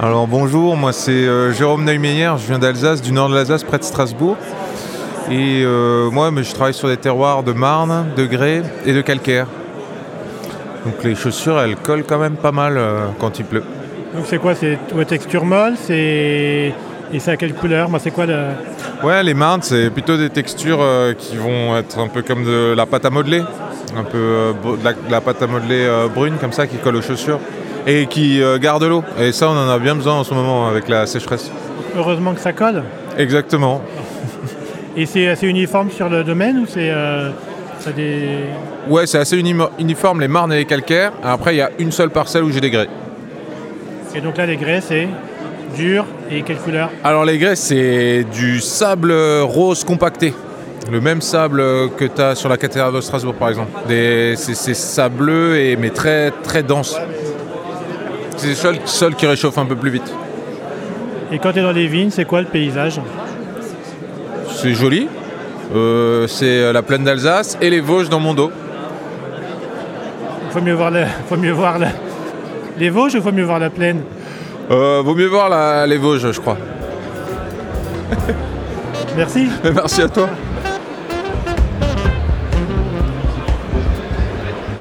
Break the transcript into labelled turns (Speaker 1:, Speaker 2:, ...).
Speaker 1: Alors bonjour, moi c'est euh, Jérôme Neumeyer, je viens d'Alsace, du nord de l'Alsace, près de Strasbourg. Et euh, moi mais je travaille sur des terroirs de marne, de grès et de calcaire. Donc les chaussures elles collent quand même pas mal euh, quand il pleut.
Speaker 2: Donc c'est quoi C'est ouais, texture molle c'est... Et c'est à quelle couleur Moi, c'est quoi le...
Speaker 1: Ouais, les marnes, c'est plutôt des textures euh, qui vont être un peu comme de la pâte à modeler, un peu euh, br- de, la, de la pâte à modeler euh, brune comme ça qui colle aux chaussures et qui euh, garde l'eau. Et ça, on en a bien besoin en ce moment avec la sécheresse.
Speaker 2: Heureusement que ça colle.
Speaker 1: Exactement.
Speaker 2: Et c'est assez uniforme sur le domaine ou c'est... euh, ça des...
Speaker 1: Ouais, c'est assez unimo- uniforme les marnes et les calcaires. Après, il y a une seule parcelle où j'ai des grès.
Speaker 2: Et donc là, les grès, c'est dur et quelle couleur
Speaker 1: Alors les grès, c'est du sable euh, rose compacté. Le même sable euh, que tu as sur la cathédrale de Strasbourg par exemple. Des- C'est c'est sableux et, mais très très dense. C'est le seul, seul qui réchauffe un peu plus vite.
Speaker 2: Et quand tu es dans les vignes, c'est quoi le paysage
Speaker 1: C'est joli. Euh, c'est la plaine d'Alsace et les Vosges dans mon dos.
Speaker 2: Faut mieux voir, le... faut mieux voir le- les Vosges ou faut mieux voir la plaine
Speaker 1: Euh, vaut mieux voir la- les Vosges, je crois.
Speaker 2: Merci
Speaker 1: Merci à toi.